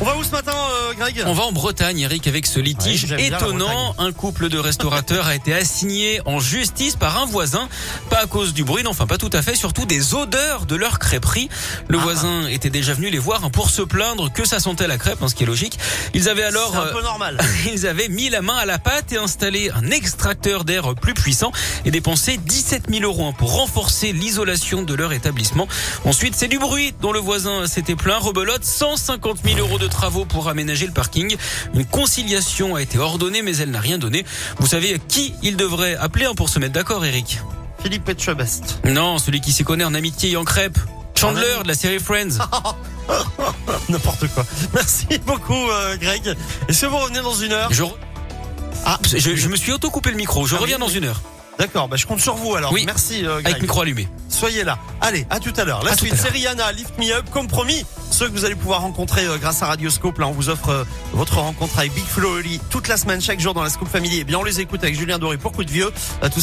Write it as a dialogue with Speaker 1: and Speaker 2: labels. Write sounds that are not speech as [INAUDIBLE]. Speaker 1: On va où ce matin, euh, Greg
Speaker 2: On va en Bretagne, Eric, avec ce litige
Speaker 1: Ouais, j'aime bien la
Speaker 2: étonnant. Un couple de restaurateurs a été assigné en justice par un voisin, pas à cause du bruit, non, enfin pas tout à fait, surtout des odeurs de leur crêperie. Le
Speaker 1: Ah.
Speaker 2: voisin était déjà venu les voir hein, pour se plaindre que ça sentait la crêpe, hein, ce qui est logique. Ils avaient alors...
Speaker 1: C'est un
Speaker 2: euh,
Speaker 1: peu
Speaker 2: [LAUGHS]
Speaker 1: normal.
Speaker 2: ils avaient mis la main à la pâte et installé un extracteur d'air plus puissant et dépensé 17 000 euros hein, pour renforcer l'isolation de leur établissement. Ensuite, c'est du bruit dont le voisin s'était plaint. Rebelote, 150 000 euros de travaux pour aménager le parking. Une conciliation a été ordonnée, mais elle n'a rien donné. Vous savez qui il devrait appeler hein, pour se mettre d'accord, Eric
Speaker 1: Philippe Etchebest.
Speaker 2: Non, celui qui s'y connaît en amitié et en crêpes.
Speaker 1: Ah
Speaker 2: Chandler de la
Speaker 1: [LAUGHS]
Speaker 2: série Friends.
Speaker 1: N'importe quoi. Merci beaucoup, euh, Greg. Est-ce que vous revenez dans une heure
Speaker 2: Je,
Speaker 1: Ah,
Speaker 2: je, je me suis auto-coupé le micro. Je
Speaker 1: Ah oui,
Speaker 2: reviens dans
Speaker 1: oui.
Speaker 2: une heure
Speaker 1: d'accord. Bah, je compte sur vous alors.
Speaker 2: Oui.
Speaker 1: Merci, euh,
Speaker 2: avec
Speaker 1: Greg.
Speaker 2: micro allumé.
Speaker 1: Soyez là. Allez, à tout à l'heure. La
Speaker 2: À tout
Speaker 1: suite,
Speaker 2: à
Speaker 1: c'est
Speaker 2: l'heure.
Speaker 1: Rihanna, Lift Me Up. Comme promis, ceux que vous allez pouvoir rencontrer euh, grâce à Radioscope, là, on vous offre euh, votre Eh rencontre avec Big Flo et Oli toute la semaine, chaque jour dans la Scoop Family. Et bien, on les écoute avec Julien Doré pour Coup de Vieux. À tous